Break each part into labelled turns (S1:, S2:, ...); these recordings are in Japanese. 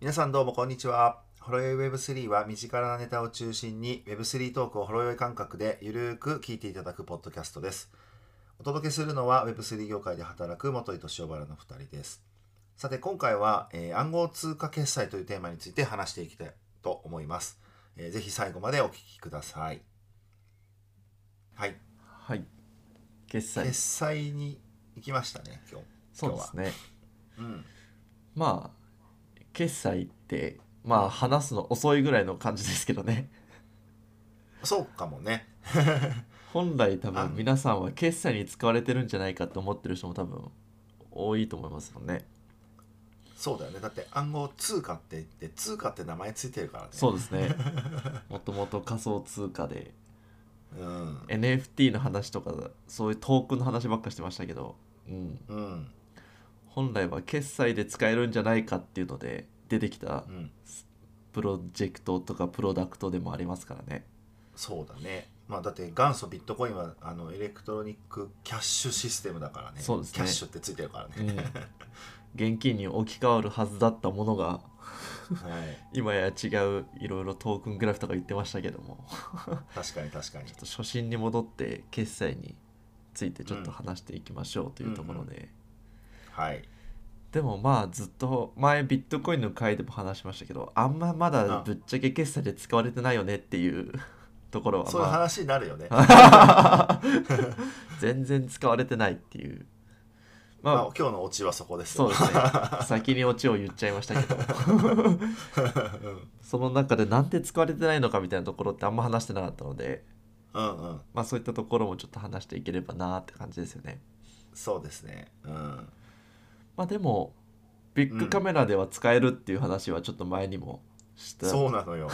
S1: 皆さんどうもこんにちは。ホロヨイ Web3 は身近なネタを中心に Web3 トークをホロヨイ感覚でゆるーく聞いていただくポッドキャストです。お届けするのは Web3 業界で働く元井敏夫原の2人です。さて今回は、えー暗号通貨決済というテーマについて話していきたいと思います。えーぜひ最後までお聞きください。はい。
S2: はい。決済
S1: 決。済に行きましたね、今日。
S2: そうですね。
S1: うん。
S2: まあ、決済って、まあ、話すの遅いぐらいの感じですけどね。
S1: そうかもね。
S2: 本来多
S1: あ
S2: 分皆さんは決済に使われてるんじゃないかって思ってる人も多分多いと思いますよね。
S1: そうだよねだって暗号通貨って言って通貨って名前ついてるからね
S2: そうです ね。もともと仮想通貨で
S1: うん
S2: NFT の話とかそういうトークンの話ばっかしてましたけど、うん、
S1: うん
S2: 本来は決済で使えるんじゃないかっていうので出てきた
S1: うん
S2: プロジェクトとかプロダクトでもありますからね。
S1: そうだねまあだって元祖ビットコインはあのエレクトロニックキャッシュシステムだからね
S2: そうですね
S1: キャッシュってついてるから
S2: うん
S1: ね、
S2: 現金に置き換わるはずだったものが
S1: はい
S2: 今や違ういろいろトークングラフとか言ってましたけども
S1: 確かに確かに
S2: ちょっと初心に戻って決済についてちょっと話していきましょうというところで、
S1: はい
S2: でもまあずっと前ビットコインの回でも話しましたけどあんままだぶっちゃけ決済で使われてないよねっていうところは
S1: そういう
S2: まあ
S1: 話になるよ ね
S2: 全然使われてないっていうま
S1: ま
S2: あ
S1: あ今日のオチはそこです
S2: そうですね先にオチを言っちゃいましたけどその中でなんで使われてないのかみたいなところってあんま話してなかったので
S1: うんうん
S2: まあそういったところもちょっと話していければなって感じですよね
S1: そうですねうん
S2: まあでもビッグカメラでは使えるっていう話はちょっと前にもした、
S1: そうな のよ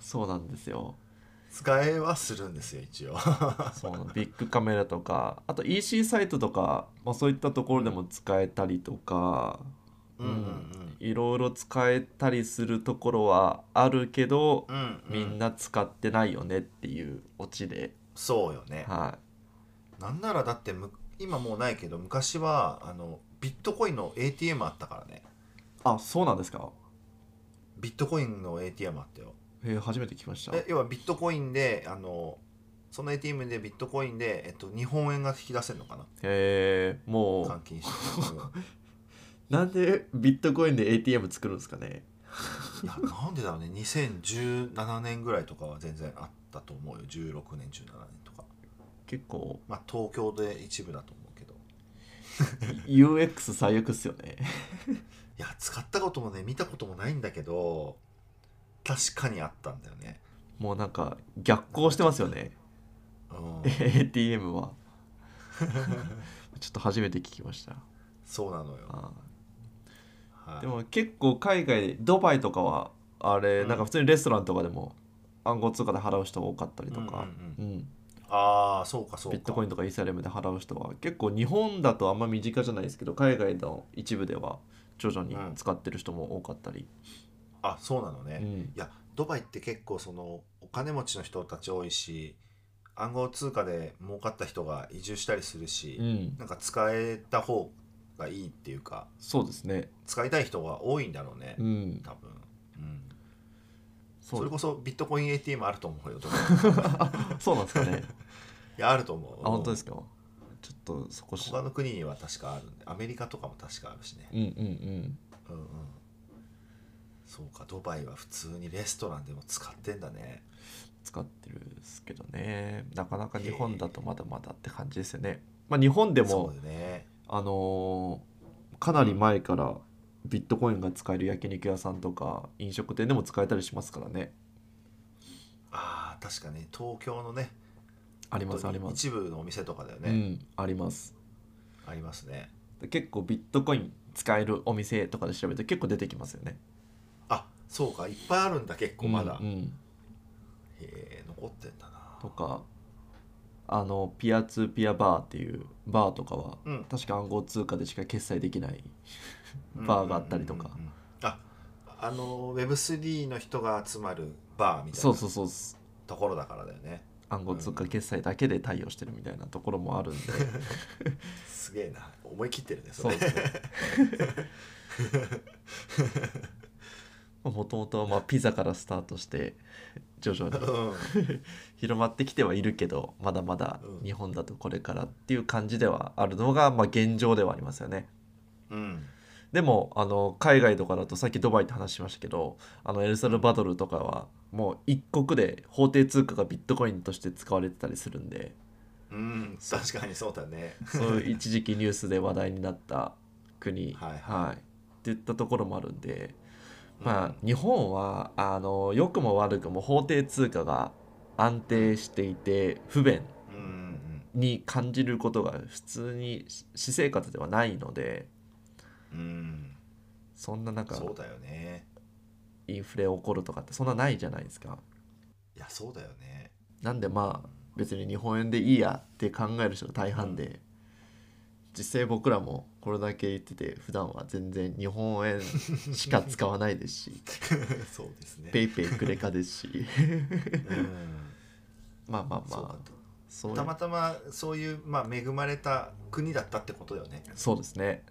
S2: そうなんですよ
S1: 使えはするんですよ一応
S2: そうなのビッグカメラとかあと EC サイトとか、まあ、そういったところでも使えたりとか
S1: うんうん
S2: いろいろ使えたりするところはあるけど
S1: うんうん
S2: みんな使ってないよねっていうオチで、
S1: そうよね、
S2: は
S1: なんならだってむ今もうないけど昔はあのビットコインの ATM あったからね
S2: いあそうなんですか
S1: ビットコインの ATM あったよ
S2: えー初めて聞きました
S1: え要はビットコインであのその ATM でビットコインで、えっと、日本円が引き出せるのかな
S2: えー、も
S1: 換
S2: う
S1: 金して、うん
S2: なんでビットコインで ATM 作るんですかね
S1: いやなんでだろうね2017年ぐらいとかは全然あったと思うよ16年17年とか
S2: 結構
S1: まあ東京で一部だと思うけど
S2: UX 最悪っすよね
S1: いや使ったこともね見たこともないんだけど確かにあったんだよね
S2: もうなんか逆行してますよね
S1: うん
S2: ATM はちょっと初めて聞きました
S1: そうなのよ、
S2: あ
S1: は
S2: ー
S1: い、
S2: でも結構海外でドバイとかはあれ、
S1: うん
S2: なんか普通にレストランとかでも暗号通貨で払う人が多かったりとか、
S1: うん
S2: うん
S1: ああそうかそうか
S2: ビットコインとかイーサリアムで払う人は結構日本だとあんま身近じゃないですけど海外の一部では徐々に使ってる人も多かったり、
S1: あそうなのね、
S2: う
S1: い
S2: ん
S1: やドバイって結構そのお金持ちの人たち多いし暗号通貨で儲かった人が移住したりするし、
S2: うん
S1: なんか使えた方がいいっていうか
S2: そうですね
S1: 使いたい人が多いんだろうね、
S2: うん
S1: 多分、うん、
S2: そ
S1: それ
S2: う
S1: こそビットコイン ATM あると思う よドバイい
S2: そうなんです かね
S1: やあると思う
S2: あ本当ですすかちょっとそこし
S1: 他の国には確かあるんでアメリカとかも確かあるしね
S2: うんうんうん
S1: うんうんそうかドバイは普通にレストランでも使ってんだね
S2: 使ってるんですけどねなかなか日本だとまだまだって感じですよね、まあ、日本で
S1: そ
S2: も
S1: うだね
S2: あのーかなり前からビットコインが使える焼肉屋さんとか飲食店でも使えたりしますからね
S1: ああ確かに東京のね
S2: ありますあ
S1: 本
S2: り
S1: 当に
S2: ます
S1: 一部のお店とかだよ
S2: う
S1: ね、
S2: ん、あります
S1: ありますね
S2: で結構ビットコイン使えるお店とかで調べて結構出てきますよね
S1: あそうかいっぱいあるんだ結構まだ、
S2: うんうん
S1: へえ残ってんだな
S2: とかあのピアツーピアバーっていうバーとかは、
S1: うん
S2: 確か暗号通貨でしか決済できないバーがあったりとか、
S1: うんうんうんうんああの Web3 の人が集まるバーみたい
S2: そう
S1: な
S2: そうそうそう
S1: ところだからだよね
S2: 暗号通貨決済だけで対応してるみたいなところもあるんで、
S1: すげえな思い切ってるねそ
S2: そう
S1: れ
S2: ですねもともとは まあピザからスタートして徐々
S1: う
S2: に
S1: ん
S2: 広まってきてはいるけどまだまだ
S1: うん
S2: 日本だとこれからっていう感じではあるのが、まあ、現状ではありますよね。
S1: うん
S2: でもあの海外とかだとさっきドバイって話しましたけどあのエルサルバドルとかはもう一国で法定通貨がビットコインとして使われてたりするんで
S1: うん確かにそうだね
S2: そういう一時期ニュースで話題になった国
S1: はいはい
S2: って言ったところもあるんで
S1: う
S2: ま
S1: ん
S2: あ日本はあの良くも悪くも法定通貨が安定していて不便
S1: うんうん
S2: に感じることが普通にし私生活ではないので
S1: うんうん
S2: そんな中
S1: そうだよね
S2: インフレ起こるとかってそんなないじゃないですか。
S1: いやそうだよね
S2: なんでまあ別に日本円でいいやって考える人が大半で、実際僕らもこれだけ言ってて普段は全然日本円しか使わない ですし
S1: そうですね
S2: ペイペイクレカですし
S1: うん
S2: まあまあ
S1: そうだ
S2: ま
S1: と
S2: あそう
S1: たまたまそういう、まあ、恵まれた国だったってことよね
S2: そうですね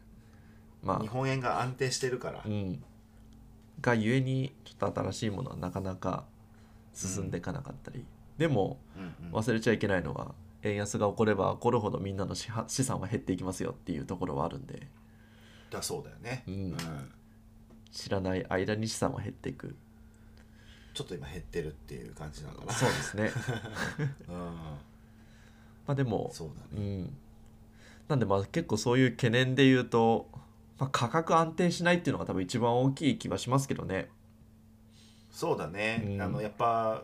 S2: ま
S1: 日
S2: あ
S1: 本円が安定してるから
S2: うんがゆえにちょっと新しいものはなかなか進んでいかなかったり、でも
S1: うんうん
S2: 忘れちゃいけないのは円安が起これば起こるほどみんなの資産資産は減っていきますよっていうところはあるんで。
S1: だそうだよね、
S2: うん知らない間に資産は減っていく
S1: ちょっと今減ってるっていう感じなのかな
S2: そうですね
S1: うん
S2: まあでも
S1: そうだ
S2: う
S1: ね
S2: んなんでまあ結構そういう懸念で言うと、まあ、価格安定しないっていうのが多分一番大きい気はしますけどね
S1: そうだね、
S2: うん
S1: あのやっぱ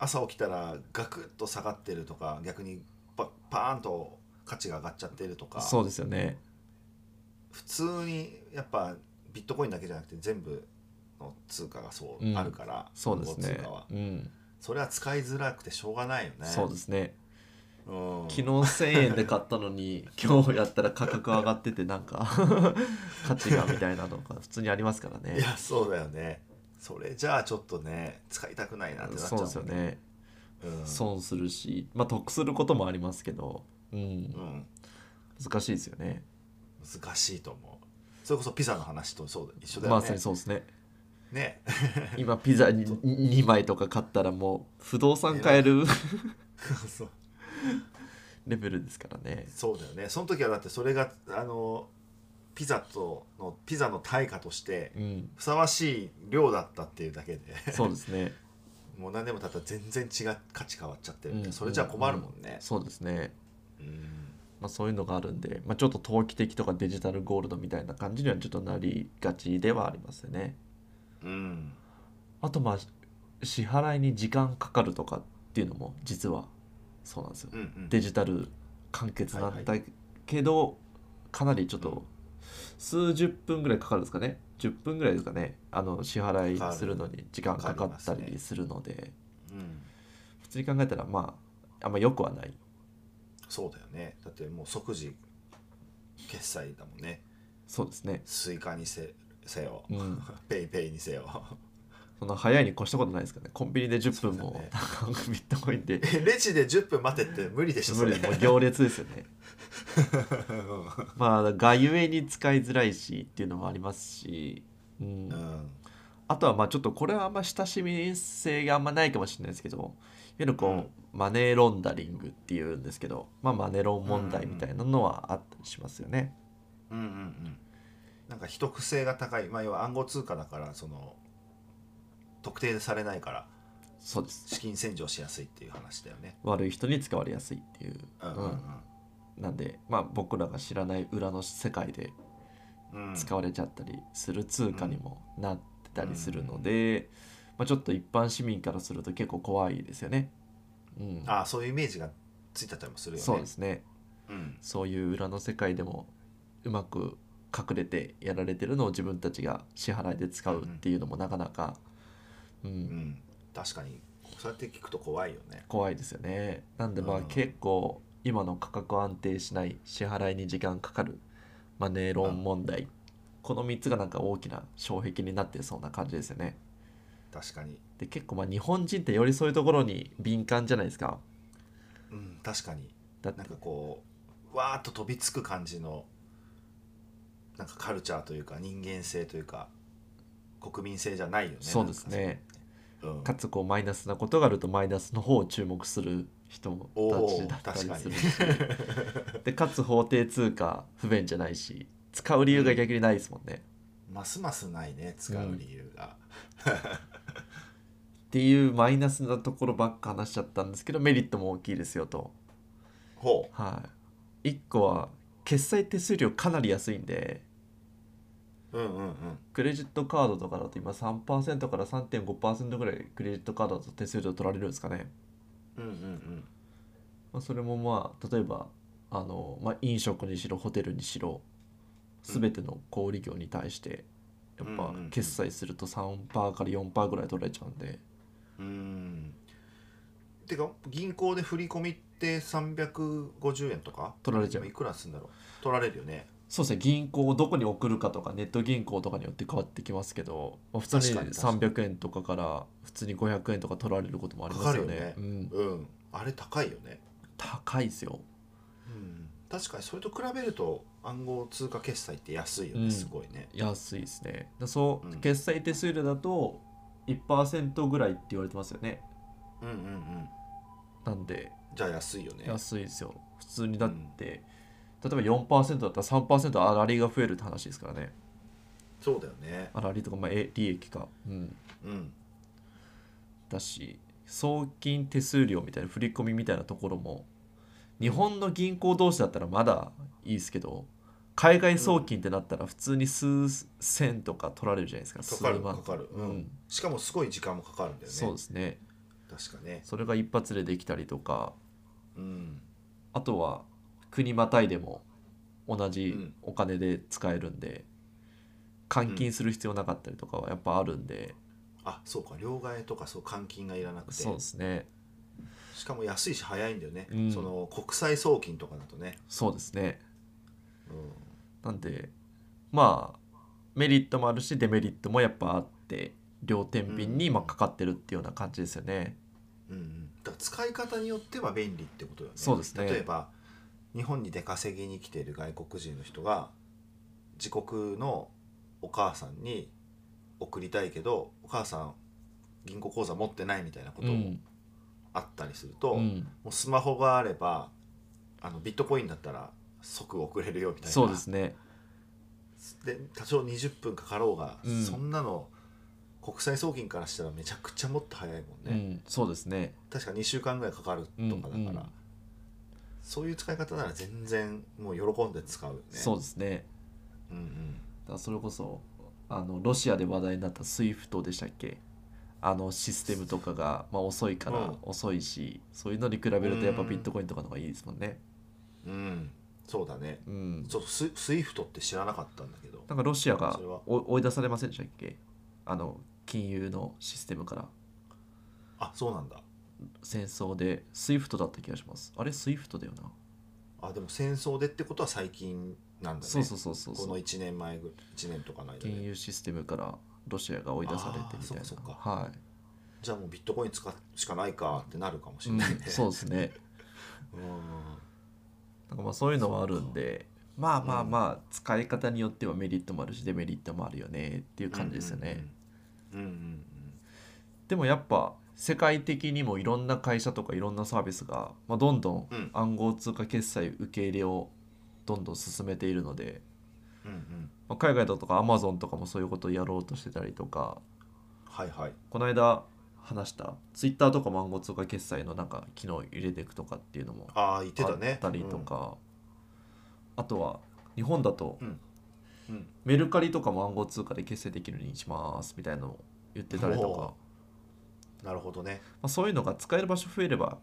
S1: 朝起きたらガクッと下がってるとか逆にパパーンと価値が上がっちゃってるとか
S2: そうですよね
S1: 普通にやっぱビットコインだけじゃなくて全部の通貨がそう、
S2: うん
S1: あるから
S2: そうで
S1: 暗
S2: す
S1: 号
S2: ね
S1: 通貨は
S2: うん
S1: それは使いづらくてしょうがないよね
S2: そうですね
S1: うん、
S2: 昨日1000円で買ったのに今日やったら価格上がっててなん か価値がみたいなのが普通にありますから
S1: い
S2: ね
S1: やそうだよねそれじゃあちょっとね使いたくないなってなっちゃ
S2: そう
S1: う
S2: ですよね
S1: うん
S2: 損するしまあ得することもありますけどうん
S1: うん、
S2: 難しいですよね
S1: 難しいと思うそれこそピザの話とそうだ一緒だ
S2: まあ
S1: よね、
S2: そうですね
S1: ね
S2: 今ピザに2枚とか買ったらもう不動産買える
S1: そう
S2: レベルですからね
S1: そうだよねその時はだってそれがあのピザとのピザの対価として
S2: うん
S1: ふさわしい量だったっていうだけで
S2: そうですね
S1: もう何年も経ったら全然違う価値変わっちゃってる、
S2: うん
S1: それじゃ困るもんね、
S2: そうですね
S1: うん
S2: まあそういうのがあるんで、まあ、ちょっと投機的とかデジタルゴールドみたいな感じにはちょっとなりがちではありますよね
S1: うん
S2: あとまあ支払いに時間かかるとかっていうのも実はそうなんですよ
S1: うんうん
S2: デジタル完結なんだけど、かなりちょっ
S1: うん
S2: と数十分ぐらいかかるんですかね10分ぐらいですかねあの支払
S1: かか
S2: い
S1: る
S2: するのに時間
S1: か
S2: かか
S1: かりま
S2: っ
S1: す
S2: た
S1: ね
S2: りするので、
S1: うん
S2: 普通に考えたらまああんま良くはない
S1: そうだよねだってもう即時決済だもんね
S2: そうですね
S1: スイカにせせよ、
S2: うん
S1: ペイペイにせ よ
S2: そんな早いに越したことないですかねコンビニで10
S1: そう
S2: 分
S1: だ
S2: も
S1: ね
S2: なんかビットコインで
S1: えレジで10分待てって無理でしょそ
S2: 無
S1: れ
S2: 理もう行列ですよ ねまあがゆえに使いづらいしっていうのもありますしうん
S1: うん
S2: あとはまあちょっとこれはあんま親しみ性があんまないかもしれないですけどいわゆるこう、
S1: うん
S2: マネーロンダリングっていうんですけど、まあ、マネロン問題みたいなのはあったりしますよね。
S1: うんうんうんなんか秘匿性が高いまあ要は暗号通貨だからその特定されないから
S2: そうです
S1: 資金洗浄しやすいっていう話だよね
S2: 悪い人に使われやすいっていう、
S1: うんうん
S2: うんなんで、まあ、僕らが知らない裏の世界で
S1: うんうん
S2: 使われちゃったりする通貨にもなってたりするので、まあ、ちょっと一般市民からすると結構怖いですよね。うん、
S1: ああそういうイメージがついたりもするよね
S2: そうですね。
S1: うん
S2: そういう裏の世界でもうまく隠れてやられてるのを自分たちが支払いで使うっていうのもなかなか、うん
S1: うん確かにそうやって聞くと怖いよね
S2: 怖いですよね。なんでま
S1: う
S2: あ
S1: ん
S2: 結構今の価格安定しない支払いに時間かかるマネーロン問題、この3つがなんか大きな障壁になってそうな感じですよね。
S1: 確かに
S2: で結構まあ日本人ってよりそういうところに敏感じゃないですか。
S1: うん確かに
S2: だって
S1: なんかこうわーっと飛びつく感じのなんかカルチャーというか人間性というか国民性じゃないよね
S2: そうですね
S1: なんか
S2: かつこうマイナスなことがあるとマイナスの方を注目する人たちだったりするしでかつ法定通貨不便じゃないし使う理由が逆にないですもんね、
S1: うんますますないね使う理由が、
S2: っていうマイナスなところばっか話しちゃったんですけどメリットも大きいですよと
S1: ほ
S2: はい1個は決済手数料かなり安いんで
S1: ううんうんうん
S2: クレジットカードとかだと今3%から3.5%ぐらいクレジットカードだと手数料取られるんですかね
S1: うんうんうん
S2: まあ、それもまあ例えばあの、まあ、飲食にしろホテルにしろ全ての小売業に対してやっ
S1: うん
S2: ぱ
S1: うんうん
S2: 決済すると3%から4%ぐらい取られちゃうんで
S1: うーんてか銀行で振り込みって350円とか
S2: 取られちゃう
S1: いくらすんだろう取られるよね
S2: そうですね銀行をどこに送るかとかネット銀行とかによって変わってきますけど、まあ、普通に
S1: 確かに確かに
S2: 300円とかから普通に500円とか取られることもありますよね
S1: かか
S2: う
S1: る
S2: ん、
S1: うんあれ高いよね
S2: 高いですよ
S1: うん確かにそれと比べると暗号通貨決済って安いよね、
S2: うん
S1: すごいね
S2: 安いですねだそううん決済手数料だと1%ぐらいって言われてますよね
S1: うんうんうん
S2: なんで
S1: じゃあ安いよね
S2: 安いですよ普通にだって、例えば4%だったら3%粗利が増えるって話ですからね
S1: そうだよね
S2: 粗利とか、まあ、え利益か、うん、
S1: うん
S2: だし送金手数料みたいな振り込みみたいなところも日本の銀行同士だったらまだいいですけど海外送金ってなったら普通に数千とか取られるじゃないですか
S1: かかる
S2: 数万
S1: かかる、う
S2: うんん、
S1: しかもすごい時間もかかるんだよね
S2: そうですね
S1: 確かね
S2: それが一発でできたりとか
S1: うん
S2: あとは国またいでも同
S1: う
S2: じ
S1: ん
S2: お金で使えるんで、換金する必要なかったりとかはやっぱあるんで、
S1: あそうか両替とかそう換金がいらなくて
S2: そうですね
S1: しかも安いし早いんだよね、
S2: うん
S1: その国際送金とかだとね、
S2: そうですね
S1: うん、
S2: なんでまあメリットもあるしデメリットもやっぱあって両天秤に今かかってるっていうような感じですよね、
S1: うんうん、だから使い方によっては便利ってことよね。
S2: そうですね
S1: 例えば日本に出稼ぎに来てる外国人の人が自国のお母さんに送りたいけどお母さん銀行口座持ってないみたいなこ
S2: う
S1: と
S2: ん
S1: あったりすると、
S2: う
S1: も
S2: ん、
S1: うスマホがあればあのビットコインだったら即送れるよみたいな
S2: そうですね
S1: で多少20分かかろうが、
S2: うん
S1: そんなの国際送金からしたらめちゃくちゃもっと早いもんね。
S2: うんそうですね
S1: 確か2週間ぐらいかかるとかだから、
S2: うんうん
S1: そういう使い方なら全然もう喜んで使うよね
S2: そうですね
S1: うんうん
S2: だからそれこそあのロシアで話題になった SWIFT でしたっけあのシステムとかが、まあ、遅いか
S1: う
S2: ら
S1: ん
S2: 遅いし、そういうのに比べるとやっぱ
S1: うん
S2: ビットコインとかの方がいいですもんね。
S1: うんそうだね
S2: うん、
S1: ちょっとススイフトって知らなかったんだけど
S2: なんかロシアが
S1: それは
S2: お追い出されませんでしたっけあの金融のシステムから
S1: あそうなんだ
S2: 戦争で SWIFT だった気がします。あれ SWIFT だよな。
S1: あでも戦争でってことは最近なんだね
S2: そうそうそうそう
S1: こ
S2: そ
S1: の
S2: う。
S1: 1年前ぐ1年とかの間
S2: 金
S1: で
S2: 融システムからロシアが追い出されてみたい
S1: あーそっかそっ
S2: な。は
S1: じゃあもうビットコイン使うしかないかってなるかも
S2: い、
S1: し
S2: う
S1: れ
S2: ん
S1: ないね、、
S2: そうですね。
S1: うん、
S2: なんかまあそういうのはあるんでまあまあまあ使い方によってはメリットもあるしデメリットもあるよねっていう感じですよね、
S1: うんうんうん
S2: でもやっぱ世界的にもいろんな会社とかいろんなサービスが、まあ、どんどん
S1: うん
S2: 暗号通貨決済受け入れをどんどん進めているので、
S1: うんうんうんうん
S2: まあ、海外だとかアマゾンとかもそういうことをやろうとしてたりとか
S1: はいはい
S2: この間話したツイッターとかも暗号通貨決済のなんか機能入れていくとかっていうのも
S1: ああ言って
S2: あ
S1: た
S2: っ
S1: ね
S2: たりとか、あとは日本だと
S1: うんうん
S2: メルカリとかも暗号通貨で決済できるようにしますみたいなのを言ってたりと
S1: おー
S2: か、
S1: なるほどね
S2: まあ、そういうのが使える場所増えれば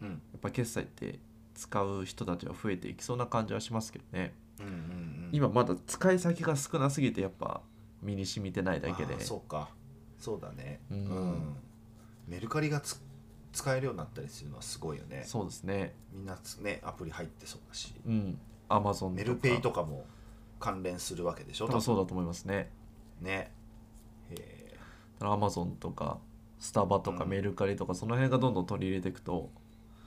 S1: うん
S2: やっぱ決済って使う人たちは増えていきそうな感じはしますけどね
S1: うんうんうん
S2: 今まだ使い先が少なすぎてやっぱ身に染みてないだけで
S1: あーそうかそうだね
S2: うん
S1: メルカリがつ使えるようになったりするのはすごいよね
S2: そうですね
S1: みんなつねアプリ入ってそうだし
S2: うんアマゾン
S1: メルペイとか
S2: か
S1: も関連するわけでしょ
S2: 多分そううだと思いますね
S1: ねへ
S2: アマゾンとかスタバとか
S1: うん
S2: メルカリとかその辺がどんどん取り入れていくと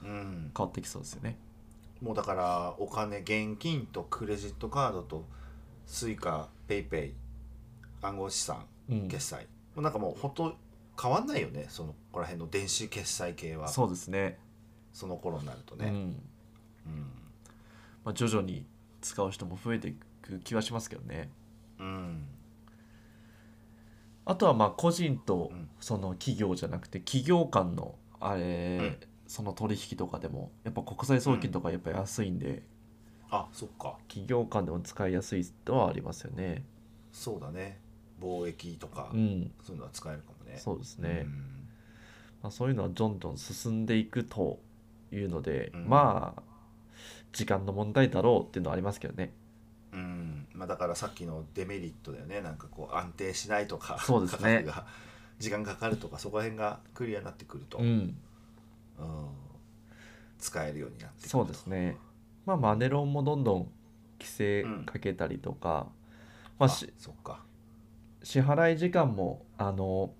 S1: ーうん
S2: 変わってきそうですよね
S1: もうだからお金現金とクレジットカードとスイカペイペイ暗号資産
S2: うん、
S1: 決済、もうなんかもうほんと変わんないよねそのここら辺の電子決済系はそ
S2: そうですね
S1: の頃になると
S2: う
S1: ね、
S2: ん
S1: うん
S2: まあ、徐々に使う人も増えていく気はしますけどね
S1: うん
S2: あとはまあ個人と
S1: うん
S2: その企業じゃなくて企業間のあれ、
S1: ん
S2: その取引とかでもやっぱ国際送金とかやっぱ安いんで、
S1: あそっか
S2: 企業間でも使いやすいとはありますよね
S1: そうだね貿易とか、
S2: うん
S1: そういうのは使えるかもね
S2: そうです
S1: う
S2: ね、
S1: ん
S2: まあ、そういうのはどんどん進んでいくというので、
S1: うん
S2: まあ時間の問題だろうっていうのはありますけどね
S1: うんまあ、だからさっきのデメリットだよねなんかこう安定しないとか
S2: そうですね
S1: 価格が時間かかるとかそこら辺がクリアになってくると、
S2: う
S1: う
S2: ん
S1: ん使えるようになってくると
S2: そうですねまあマネロンもどんどん規制
S1: うん
S2: かけたりとか、
S1: あ
S2: まあ、し
S1: そっか
S2: 支払い時間もあの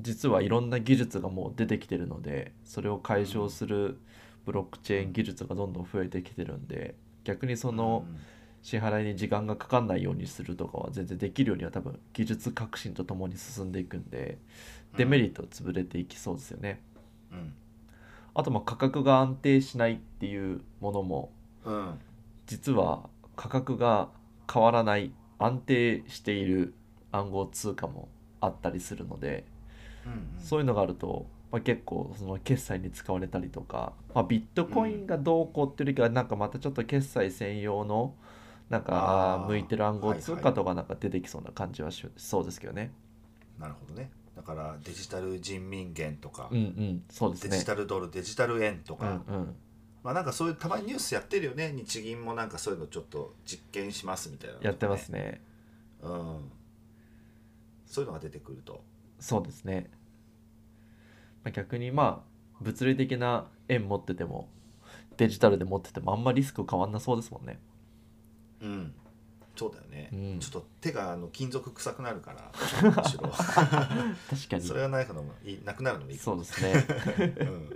S2: 実はいろんな技術がもう出てきてるのでそれを解消するブロックチェーン技術がどんどん増えてきてるんで逆にその
S1: うん
S2: 支払いに時間がかかんないようにするとかは全然できるようには多分技術革新とともに進んでいくんでデメリットは潰れていきそうですよね。
S1: うん
S2: あとまあ価格が安定しないっていうものも
S1: うん
S2: 実は価格が変わらない安定している暗号通貨もあったりするので
S1: うん
S2: そういうのがあると、まあ、結構その決済に使われたりとか、まあ、ビットコインがどうこうっていうよりかはなんかまたちょっと決済専用のなんか
S1: あー
S2: 向いてる暗号通
S1: はいは
S2: 貨
S1: い
S2: とかなんか出てきそうな感じはししそうですけどね。
S1: なるほどねだからデジタル人民元とか、
S2: うんうんそうです
S1: デ
S2: ね
S1: ジ。タルドルデジタル円と
S2: う
S1: か、
S2: んうん、
S1: まあなんかそういうたまにニュースやってるよね日銀もなんかそういうのちょっと実験しますみたいなのとかね、
S2: やってますね。
S1: うんそういうのが出てくると
S2: そうですね。まあ、逆にまあ物理的な円持っててもデジタルで持っててもあんまリスク変わんなそうですもんね。
S1: うんそうだよね、
S2: うん
S1: ちょっと手があの金属臭くなるから むしろ
S2: 確かに
S1: それがないのもいいなくなるのもいいか
S2: そうです ね。
S1: もうん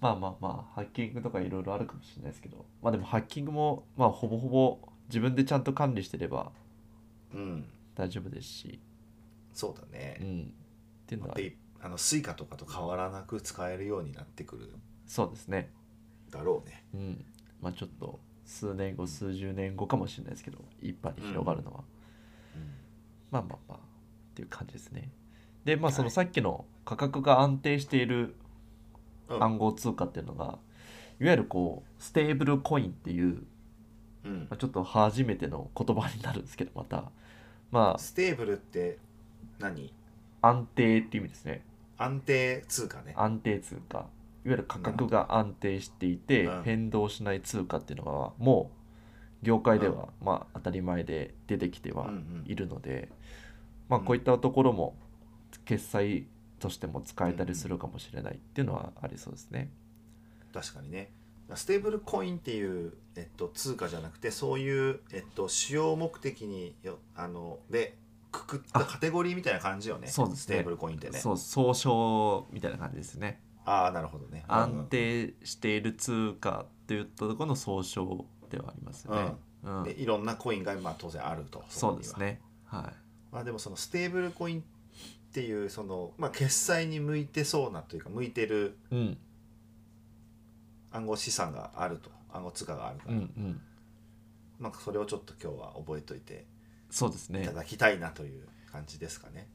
S2: まあまあまあハッキングとかいろいろあるかもしれないですけどまあでもハッキングもまあほぼほぼ自分でちゃんと管理してれば
S1: うん
S2: 大丈夫ですし、
S1: そうだ
S2: う
S1: ね、
S2: ん、っていうのは
S1: ペイあのスイカとかと変わらなく使えるようになってくる
S2: そうですね
S1: だろうね
S2: うんまあちょっと数年後数十年後かもしれないですけど一般に広がるのは、まあまあまあっていう感じですねでまあそ
S1: は
S2: の
S1: い
S2: さっきの価格が安定している
S1: うん
S2: 暗号通貨っていうのがいわゆるこうステーブルコインっていう、
S1: うん、うん
S2: まあ、ちょっと初めての言葉になるんですけどまたまあ
S1: ステーブルって何
S2: 安定っていう意味ですね
S1: 安定通貨ね
S2: 安定通貨いわゆる価格が安定していて、
S1: うん
S2: 変動しない通貨っていうのがもう業界では、まあ当たり前で出てきて
S1: うんう
S2: はい
S1: ん
S2: るので、まあ
S1: うん
S2: こういったところも決済としても使えたりするかもしれないっていうのはありそうですね。
S1: 確かにねステーブルコインっていう、えっと、通貨じゃなくてそういう、えっと、使用目的によあのでくくった
S2: あ
S1: カテゴリーみたいな感じよね
S2: そうですね
S1: ステーブルコインってね
S2: そう総称みたいな感じですね。
S1: ああなるほどね
S2: 安定している通貨っていったところの総称ではありますよね。うん
S1: うんうんでいろんなコインが、まあ、当然あると
S2: そう
S1: こには
S2: ですね。はい。
S1: まあ、でもそのステーブルコインっていうその、まあ、決済に向いてそうなというか向いてる
S2: うん
S1: 暗号資産があると暗号通貨があるか
S2: う
S1: ら、
S2: んうん。
S1: まあ、それをちょっと今日は覚えといて
S2: そうです
S1: い
S2: ね
S1: た。だきたいなという感じですかね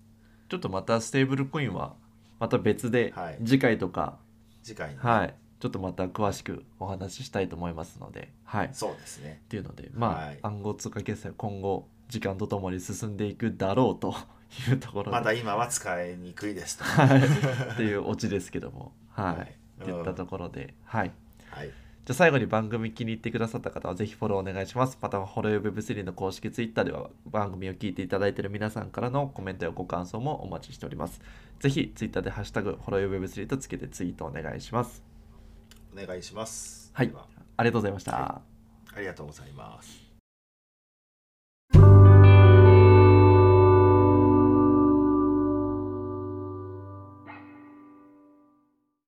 S2: ちょっとまたステーブルコインはまた別で
S1: はい
S2: 次回とか、
S1: 次回に、
S2: はい、ちょっとまた詳しくお話ししたいと思いますので、はい。っ
S1: そうですね
S2: ていうので、まあ、
S1: はい
S2: 暗号通貨決済は今後時間とともに進んでいくだろうと いうところで、
S1: まだ今は使いにくいですと。は
S2: はい、っていうオチですけども、はい。
S1: はい
S2: っていったところで、はい。
S1: い。
S2: じゃあ最後に番組気に入ってくださった方はぜひフォローお願いします。また、ホロヨブブスリーの公式ツイッターでは番組を聞いていただいている皆さんからのコメントやご感想もお待ちしております。ぜひツイッターでハッシュタグホロヨブブスリーとつけてツイートお願いします。
S1: お願いします。
S2: はい
S1: では。
S2: ありがとうございました。
S1: はありがとうございます。